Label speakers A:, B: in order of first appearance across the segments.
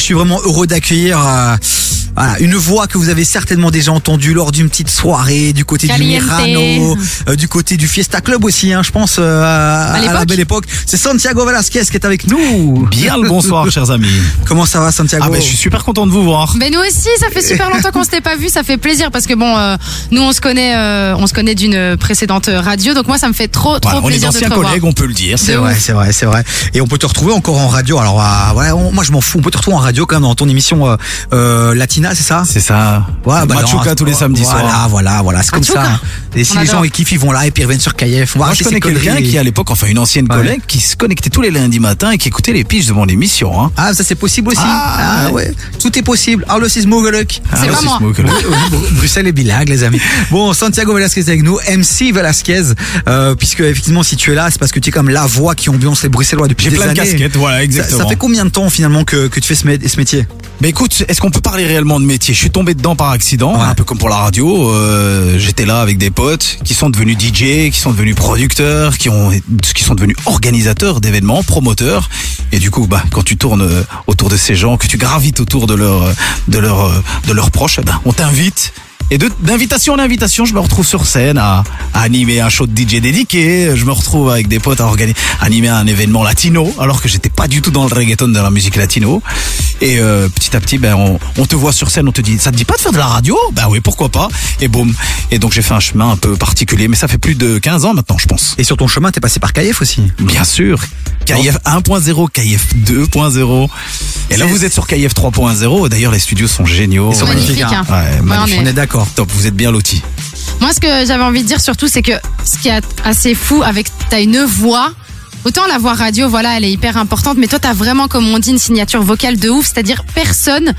A: je suis vraiment heureux d'accueillir euh, voilà, une voix que vous avez certainement déjà entendue lors d'une petite soirée du côté
B: Caliente.
A: du Mirano, euh, du côté du Fiesta Club aussi, hein, je pense euh, à, à la
B: l'époque.
A: belle époque. C'est Santiago Velasquez qui est avec nous.
C: Bien le bonsoir, chers amis.
A: Comment ça va Santiago
C: Ah ben, je suis super content de vous voir.
B: Mais nous aussi, ça fait super longtemps qu'on s'était pas vu, ça fait plaisir parce que bon, euh, nous on se connaît, euh, on se connaît d'une précédente radio, donc moi ça me fait trop trop
C: Voilà, on est
B: plaisir de te
C: anciens
B: revoir.
C: collègues, on peut le dire.
A: C'est vrai, c'est vrai, c'est vrai. Et on peut te retrouver encore en radio. Alors euh, ouais, on- moi je m'en fous. On peut te retrouver en radio quand même dans ton émission euh, euh, Latina, c'est ça
C: C'est ça.
A: Ouais, bah
C: Machuca
A: non,
C: tous les samedis
A: voilà,
C: soirs.
A: Voilà, voilà, c'est comme
B: Machuca.
A: ça. hein. Et si
B: On
A: les gens
B: adore.
A: ils kiffent, ils vont là et puis ils reviennent sur Kayef. On va
C: Moi,
A: arrêter
C: je
A: ces
C: connais quelqu'un
A: conneries.
C: qui, à l'époque, enfin une ancienne
A: Ouais.
C: collègue, qui se connectait tous les lundis matin et qui écoutait les piges devant l'émission. Hein.
A: Ah, ça c'est possible aussi.
C: Ah,
A: ouais. Tout est possible. Arlo Sismogoluk.
B: C'est
C: Alors,
B: pas moi.
C: ce mot que-
A: Bruxelles est bilingue, les amis. Bon, Santiago Velasquez est avec nous, MC Velasquez, euh, puisque effectivement, si tu es là, c'est parce que tu es comme la voix qui ambiance les Bruxellois depuis
C: J'ai
A: des
C: plein de
A: années.
C: casquettes, voilà,
A: Ça- Ça,
C: exactement.
A: fait combien de temps finalement que, que tu fais ce, mé- ce métier
C: Mais écoute, est-ce qu'on peut parler réellement de métier Je suis tombé dedans par accident,
A: Ouais.
C: un peu comme pour la radio. euh, J'étais là avec des potes qui sont devenus DJ, qui sont devenus producteurs, qui ont, qui sont devenus organisateurs d'événements, promoteurs. Et du coup, bah, quand tu tournes euh, autour de ces gens, que tu gravites autour de leurs, euh, de leurs, euh, de leurs proches, eh ben, on t'invite. Et de- d'invitation en invitation, je me retrouve sur scène à, à animer un show de DJ dédiqué. Je me retrouve avec des potes à organi- animer un événement latino, alors que j'étais pas du tout dans le reggaeton, dans la musique latino. Et euh, petit à petit, ben on, on te voit sur scène, on te dit, ça te dit pas de faire de la radio Ben oui, pourquoi pas Et boum. Et donc j'ai fait un chemin un peu particulier, mais ça fait plus de 15 ans maintenant, je pense.
A: Et sur ton chemin, t'es passé par Kayef aussi
C: Bien sûr. KIF 1.0, KIF 2.0. Et là,
A: C'est-
C: vous êtes sur KIF 3.0. D'ailleurs, les studios sont géniaux.
A: Ils sont
C: Ouais.
A: magnifiques,
B: Magnifique. hein.
C: Ouais,
B: Ouais, on
C: magnifique.
B: est-
A: On est d'accord.
C: Top, vous êtes bien lotis.
B: Moi, ce que j'avais envie de dire surtout, c'est que ce qui est assez fou avec, t'as une voix. Autant la voix radio, voilà, elle est hyper importante, mais toi, t'as vraiment, comme on dit, une signature vocale de ouf, c'est-à-dire personne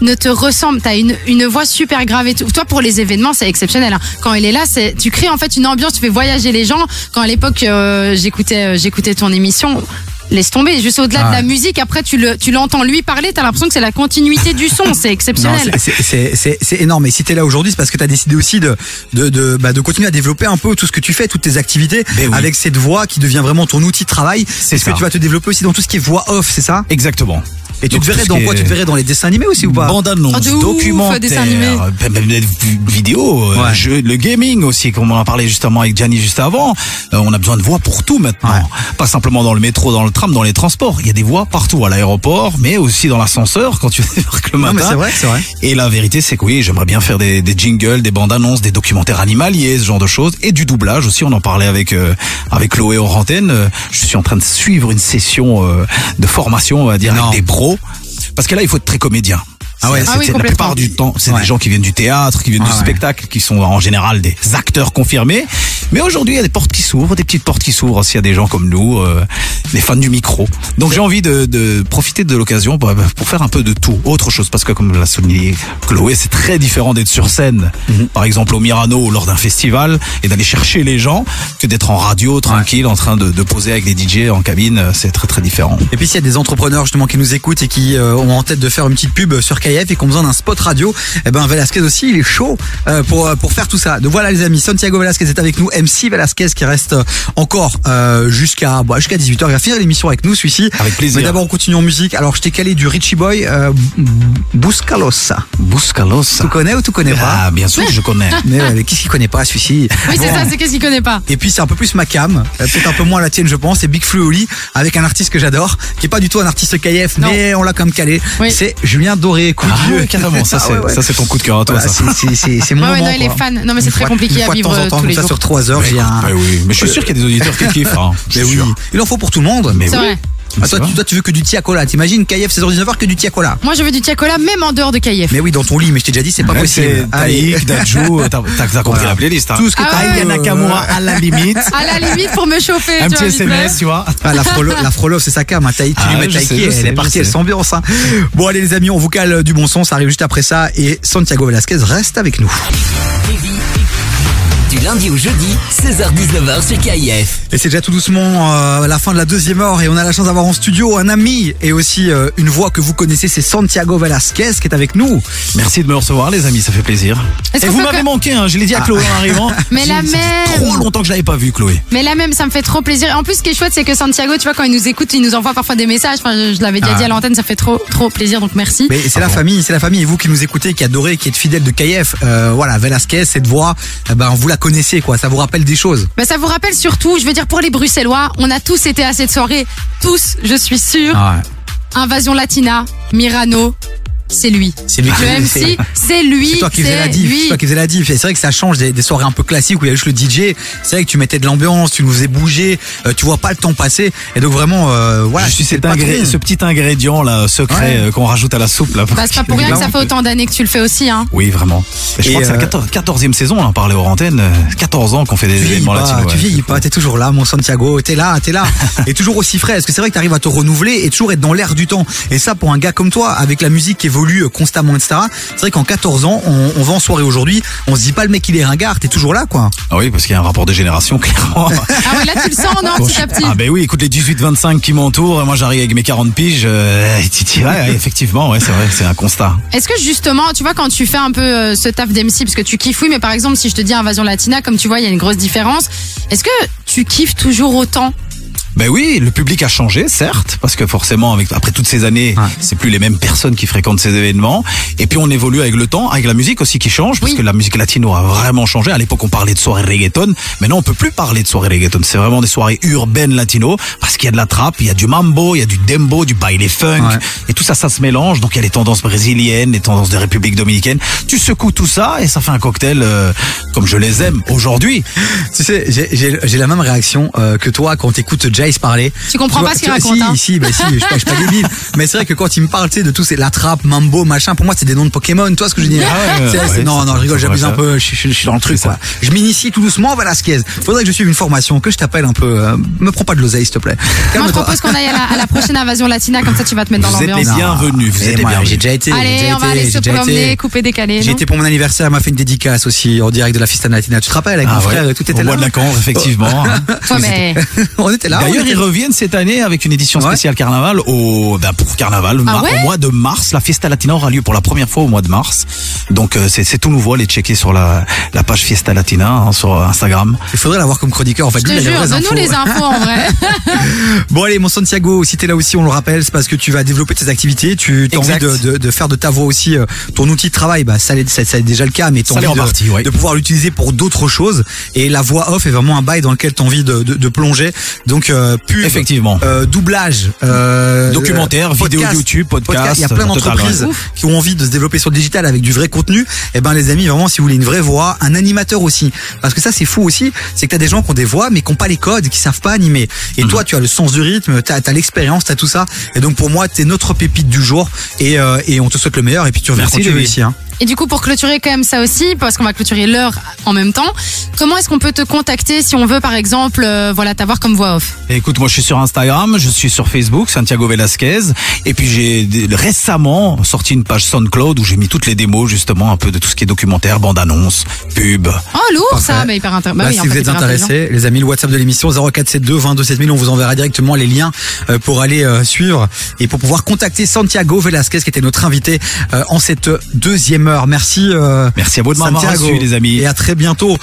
B: ne te ressemble. T'as une, une voix super grave et tout. Toi, pour les événements, c'est exceptionnel. hein. Quand elle est là, c'est, tu crées en fait une ambiance, tu fais voyager les gens. Quand à l'époque, euh, j'écoutais, euh, j'écoutais ton émission. Laisse tomber, juste au-delà de
A: Ouais.
B: la musique, après tu, le, tu l'entends lui parler, t'as l'impression que c'est la continuité du son, c'est
A: Non,
B: exceptionnel.
A: c'est- c'est- c'est c'est- c'est énorme. Et si t'es là aujourd'hui, c'est parce que t'as décidé aussi de de de, bah, de continuer à développer un peu tout ce que tu fais, toutes tes activités,
C: Ben oui.
A: avec cette voix qui devient vraiment ton outil de travail. C'est ce
C: ça.
A: que tu vas te développer aussi dans tout ce qui est voix off, c'est ça
C: Exactement.
A: Et tu
C: Donc,
A: te verrais
C: tout ce
A: dans
C: qui
A: quoi
C: est-
A: Tu te verrais dans les dessins animés aussi ou pas
C: Bande annonce,
B: Ah, de ouf, dessin
C: documentaire, euh, ben,
B: animé.
C: même des vidéos, euh,
A: Ouais.
C: jeux, le gaming aussi, comme on en a parlé justement avec Gianni juste avant. Euh, on a besoin de voix pour tout maintenant. Pas simplement dans le métro, dans le tram, dans les transports. Il y a des voix partout, à l'aéroport, mais aussi dans l'ascenseur quand tu débarques le
A: Non,
C: matin.
A: mais c'est vrai, c'est vrai.
C: Et la vérité, c'est que oui, j'aimerais bien faire des, des jingles, des bandes annonces, des documentaires animaliers, ce genre de choses, et du doublage aussi. On en parlait avec euh, avec Chloé hors antenne. Euh, Je suis en train de suivre une session euh, de formation, on va dire,
A: Énorme.
C: avec des pros, parce que là, il faut être très comédien.
A: Ah ouais,
C: C'est-
B: Ah oui,
C: c'est- la
B: complètement.
C: plupart du temps, c'est
A: Ouais.
C: des gens qui viennent du théâtre, qui viennent
A: Ah
C: du
A: ouais.
C: spectacle, qui sont en général des acteurs confirmés. Mais aujourd'hui, il y a des portes qui s'ouvrent, des petites portes qui s'ouvrent aussi à des gens comme nous, euh, les fans du micro. Donc j'ai envie de, de profiter de l'occasion pour, pour faire un peu de tout, autre chose, parce que comme l'a souligné Chloé, c'est très différent d'être sur scène,
A: Mhm.
C: par exemple au Mirano ou lors d'un festival, et d'aller chercher les gens, que d'être en radio, tranquille, en train de, de poser avec des DJ en cabine, euh, c'est très très différent.
A: Et puis s'il y a des entrepreneurs justement qui nous écoutent et qui euh, ont en tête de faire une petite pub sur KF et qui ont besoin d'un spot radio, eh ben Velasquez aussi il est chaud euh, pour euh, pour faire tout ça. Donc voilà les amis, Santiago Velasquez est avec nous, MC Velasquez qui reste euh, encore euh, jusqu'à bah, jusqu'à 18h. Il va finir l'émission avec nous celui-ci.
C: Avec plaisir.
A: Mais d'abord on continue en musique. Alors je t'ai calé du Richie Boy euh, Buscalos.
C: Buscalos.
A: Tu connais ou tu connais pas
C: Ah, bien sûr, que je connais.
A: Mais, euh, mais qu'est-ce qu'il connaît pas celui-ci
B: oui, c'est
A: Bon.
B: ça, c'est qu'est-ce qu'il connaît pas.
A: Et puis c'est un peu plus ma cam, euh, peut-être un peu moins la tienne je pense, c'est Big Flo et Oli avec un artiste que j'adore, qui est pas du tout un artiste KF,
B: Non.
A: mais on l'a quand même calé.
B: Oui.
A: C'est Julien Doré, coup de
C: Ah
A: vieux.
C: ouais, carrément, ça
A: Ah
C: c'est
A: ouais, ouais.
C: ça, c'est ton coup de cœur à toi
A: Voilà,
C: ça.
A: c'est- c'est- c'est c'est mon
B: Ouais, ouais,
A: moment.
B: non, il est
A: quoi.
B: fan. Non, mais c'est
A: Une
B: très
A: fois-
B: compliqué
A: une
B: à
A: fois de
B: vivre,
A: temps en temps,
B: euh, tous
A: comme
B: les
A: ça
B: jours.
A: sur 3 heures, j'ai un.
C: Mais oui, mais je suis sûr qu'il y a des auditeurs qui kiffent. Hein, je suis
A: Mais oui.
C: sûr.
A: Il en faut pour tout le monde.
C: Mais
B: C'est
C: oui.
B: vrai.
A: Ah, toi, tu, toi, tu veux que du tiacola. T'imagines, KF, 16h19, que du tiacola.
B: Moi, je veux du tiacola même en dehors de Kayef.
A: Mais oui, dans ton lit, mais je t'ai déjà dit, c'est pas
C: Même
A: possible.
C: c'est
A: Allez.
C: Taïk, Dadju, euh, t'as- t'as t'as compris
A: Voilà.
C: la playlist. Hein.
A: Tout ce que Euh,
B: Ah
A: t'as-
B: ouais.
C: Aya Nakamura à la limite.
B: À la limite, pour me chauffer.
C: un
B: tu
C: petit
B: vois, vite
C: SMS,
B: fait.
C: tu vois.
A: Ah, la Frolov, la Frolov, c'est sa cam. Hein. Taï, tu
C: Ah,
A: lui mets
C: je
A: Taï
C: sais,
A: qui,
C: je
A: elle
C: sais,
A: est partie,
C: je
A: elle
C: sais.
A: s'ambiance. Hein. Bon, allez, les amis, on vous cale euh, du bon son. Ça arrive juste après ça. Et Santiago Velasquez reste avec nous.
D: Du lundi au jeudi, 16h-19h sur KIF.
A: Et c'est déjà tout doucement euh, la fin de la deuxième heure et on a la chance d'avoir en studio un ami et aussi euh, une voix que vous connaissez, c'est Santiago Velasquez qui est avec nous.
C: Merci de me recevoir, les amis, ça fait plaisir.
B: Est-ce
C: Et
B: qu'on
C: vous
B: peut
C: m'avez
B: que-
C: manqué, hein, je l'ai dit à Chloé en arrivant.
B: Mais
C: J'ai-
B: la
C: ça fait
B: même.
C: trop longtemps que je l'avais pas vu, Chloé.
B: Mais là même, ça me fait trop plaisir. Et En plus, ce qui est chouette, c'est que Santiago, tu vois, quand il nous écoute, il nous envoie parfois des messages. Enfin, je, je l'avais déjà
A: Ah.
B: dit à l'antenne, ça fait trop, trop plaisir. Donc merci.
A: Mais c'est la
C: Ah bon
A: famille, c'est la famille. Et vous qui nous écoutez, qui adorez, qui êtes fidèles de KF, euh, voilà, Velasquez, cette voix, eh ben, vous la connaissez, quoi. Ça vous rappelle des choses.
B: Bah, ça vous rappelle surtout, je veux dire, pour les Bruxellois, on a tous été à cette soirée. Tous, je suis sûre.
C: Ah
A: Ah.
B: Invasion Latina, Mirano, c'est lui.
A: Ah, C'est lui
B: Le MC, c'est lui.
A: C'est toi qui faisais la diff.
B: lui.
A: C'est toi qui faisais la diff. Et c'est vrai que ça change des, des soirées un peu classiques où il y a juste le DJ. C'est vrai que tu mettais de l'ambiance, tu nous faisais bouger, euh, tu vois pas le temps passer. Et donc vraiment, euh, voilà,
C: je suis
A: c'est
C: cet
A: le patron.
C: ingré- ce petit ingrédient là secret
A: Ouais.
C: euh, qu'on rajoute à la soupe là.
B: Bah, c'est pas pour rien que
A: Ah
B: ça fait autant d'années que tu le fais aussi, hein.
C: Oui, vraiment.
A: Et
C: Je crois que c'est
A: euh,
C: la 14, 14e saison, on en parlait aux antennes. euh, 14 ans qu'on fait des
A: Tu vieillis
C: événements
A: pas,
C: latinos.
A: tu
C: ouais.
A: vieillis pas, t'es toujours là, mon Santiago, t'es là, t'es là, et toujours aussi frais. Parce que c'est vrai que t'arrives à te renouveler et toujours être dans l'air du temps. Et ça, pour un gars comme toi, avec la musique qui évolue euh, constamment, etc. C'est vrai qu'en 14 ans, on, on va en soirée aujourd'hui, on se dit pas le mec il est ringard, t'es toujours là, quoi.
C: Ah oui, parce qu'il y a un rapport de génération, clairement.
B: Ah ouais, là, tu le sens, non, petit à petit.
C: Ah ben oui, écoute, les 18-25 qui m'entourent, moi j'arrive avec mes 40 piges. euh, tu te dis, ouais, ouais, effectivement, ouais, c'est vrai, c'est un constat.
B: Est-ce que justement, tu vois, quand tu fais un peu euh, ce taf d'MC, parce que tu kiffes, oui, mais par exemple, si je te dis Invasion Latina, comme tu vois, il y a une grosse différence. Est-ce que tu kiffes toujours autant
C: Ben oui, le public a changé, certes, parce que forcément, avec, après toutes ces années,
A: Ouais.
C: c'est plus les mêmes personnes qui fréquentent ces événements. Et puis on évolue avec le temps, avec la musique aussi qui change, parce
B: Oui.
C: que la musique latino a vraiment changé. À l'époque, on parlait de soirées reggaeton. Maintenant, on peut plus parler de soirées reggaeton. C'est vraiment des soirées urbaines latino, parce qu'il y a de la trappe, il y a du mambo, il y a du dembo, du baile funk.
A: Ouais.
C: Et tout ça, ça se mélange. Donc il y a les tendances brésiliennes, les tendances de République dominicaine. Tu secoues tout ça et ça fait un cocktail euh, comme je les aime aujourd'hui.
A: Tu sais, j'ai- j'ai j'ai la même réaction euh, que toi quand t'écoutes Jace parler.
B: Tu comprends pas
A: vois,
B: ce qu'il
A: tu-
B: raconte,
A: Si,
B: hein.
A: si, bah si, je suis pas- je suis pas débile. Mais c'est vrai que quand il me parle, tu sais, de tout, c'est la trappe, Mambo, machin, pour moi, c'est des noms de Pokémon, toi, ce que je dis.
C: Ah ouais,
A: C'est-
C: ouais,
A: c'est-
C: ouais,
A: non,
C: ça,
A: non,
C: ça,
A: je rigole,
C: ça,
A: j'abuse
C: ça.
A: un peu, je, je- je suis dans le truc,
C: C'est
A: quoi. Je m'initie tout doucement, Velasquez. Faudrait que je suive une formation, que je t'appelle un peu, euh, me prends pas de l'oseille, s'il te plaît.
B: Moi, je
A: Calme-toi.
B: propose qu'on aille à la, à la prochaine Invasion Latina, comme ça, tu vas te mettre dans
C: Vous êtes
B: l'ambiance.
C: les bienvenus, vous
A: Et
C: êtes les
A: Eh, moi,
C: bienvenus.
A: J'ai déjà été. j'ai
B: Allez,
A: déjà
B: on va
A: été,
B: aller se
A: j'ai déjà été.
B: promener, couper, décaler.
A: J'ai
B: non
A: été pour mon anniversaire, elle m'a fait une dédicace aussi en direct de la Fiesta Latina. Tu te rappelles avec mon
C: Ah ouais,
A: frère, tout était
C: Au
A: là.
C: bois de la Cambre, effectivement. hein.
B: Toi, mais.
A: on était là. on
C: D'ailleurs,
A: était
C: ils reviennent cette année avec une édition
A: Ouais.
C: spéciale carnaval au bah, pour carnaval mar-
B: ouais
C: au mois de mars. La fiesta latina aura lieu pour la première fois au mois de mars. Donc euh, c'est c'est tout nouveau. Allez checker sur la, la page fiesta latina hein, sur Instagram.
A: Il faudrait l'avoir comme chroniqueur en fait.
B: Je
A: Lui,
B: te
A: il a les
B: jure,
A: vraies
B: donne-nous
A: infos.
B: les infos en vrai.
A: Bon allez, mon Santiago, si t'es là aussi, on le rappelle, c'est parce que tu vas développer tes activités, tu as envie
C: Exact.
A: de, de- de faire de ta voix aussi euh, ton outil de travail. Bah ça l'est, ça, ça l'est déjà le cas, mais t'as
C: Ça
A: envie
C: l'est en
A: de,
C: partie, ouais.
A: de pouvoir l'utiliser pour d'autres choses. Et la voix off est vraiment un bail dans lequel t'as envie de, de- de plonger. Donc euh, pub,
C: Effectivement.
A: euh, doublage, euh,
C: Documentaire,
A: euh,
C: vidéo
A: podcast,
C: YouTube, podcast,
A: Il y a plein
C: euh, total,
A: d'entreprises
C: ouais.
A: qui ont envie de se développer sur le digital avec du vrai contenu. Et ben les amis, vraiment, si vous voulez une vraie voix, un animateur aussi, parce que ça c'est fou aussi, c'est que t'as des gens qui ont des voix mais qui ont pas les codes, qui savent pas animer. Et
C: Mhm.
A: toi, tu as le sens du rythme, t'as as, l'expérience, t'as tout ça. Et donc pour moi, t'es notre pépite du jour. Et, euh, et on te souhaite le meilleur. Et puis tu reviens
C: Merci,
A: quand tu veux
C: Louis.
A: ici. Hein.
B: Et du coup, pour clôturer quand même ça aussi, parce qu'on va clôturer l'heure en même temps, comment est-ce qu'on peut te contacter si on veut, par exemple, euh, voilà, t'avoir comme voix off
C: Et Écoute, moi je suis sur Instagram, je suis sur Facebook, Santiago Velasquez, et puis j'ai d- récemment sorti une page SoundCloud où j'ai mis toutes les démos justement un peu de tout ce qui est documentaire, bande-annonce, pub.
B: Oh, lourd ça
A: Parfait.
B: bah, hyper intéressant.
A: Bah, si vous êtes intéressés, les amis, le WhatsApp de l'émission 0472 22 7000, on vous enverra directement les liens euh, pour aller euh, suivre et pour pouvoir contacter Santiago Velasquez qui était notre invité euh, en cette deuxième heure. Merci. euh,
C: Merci à vous de m'avoir
A: Santiago.
C: reçu les amis.
A: Et à très bientôt.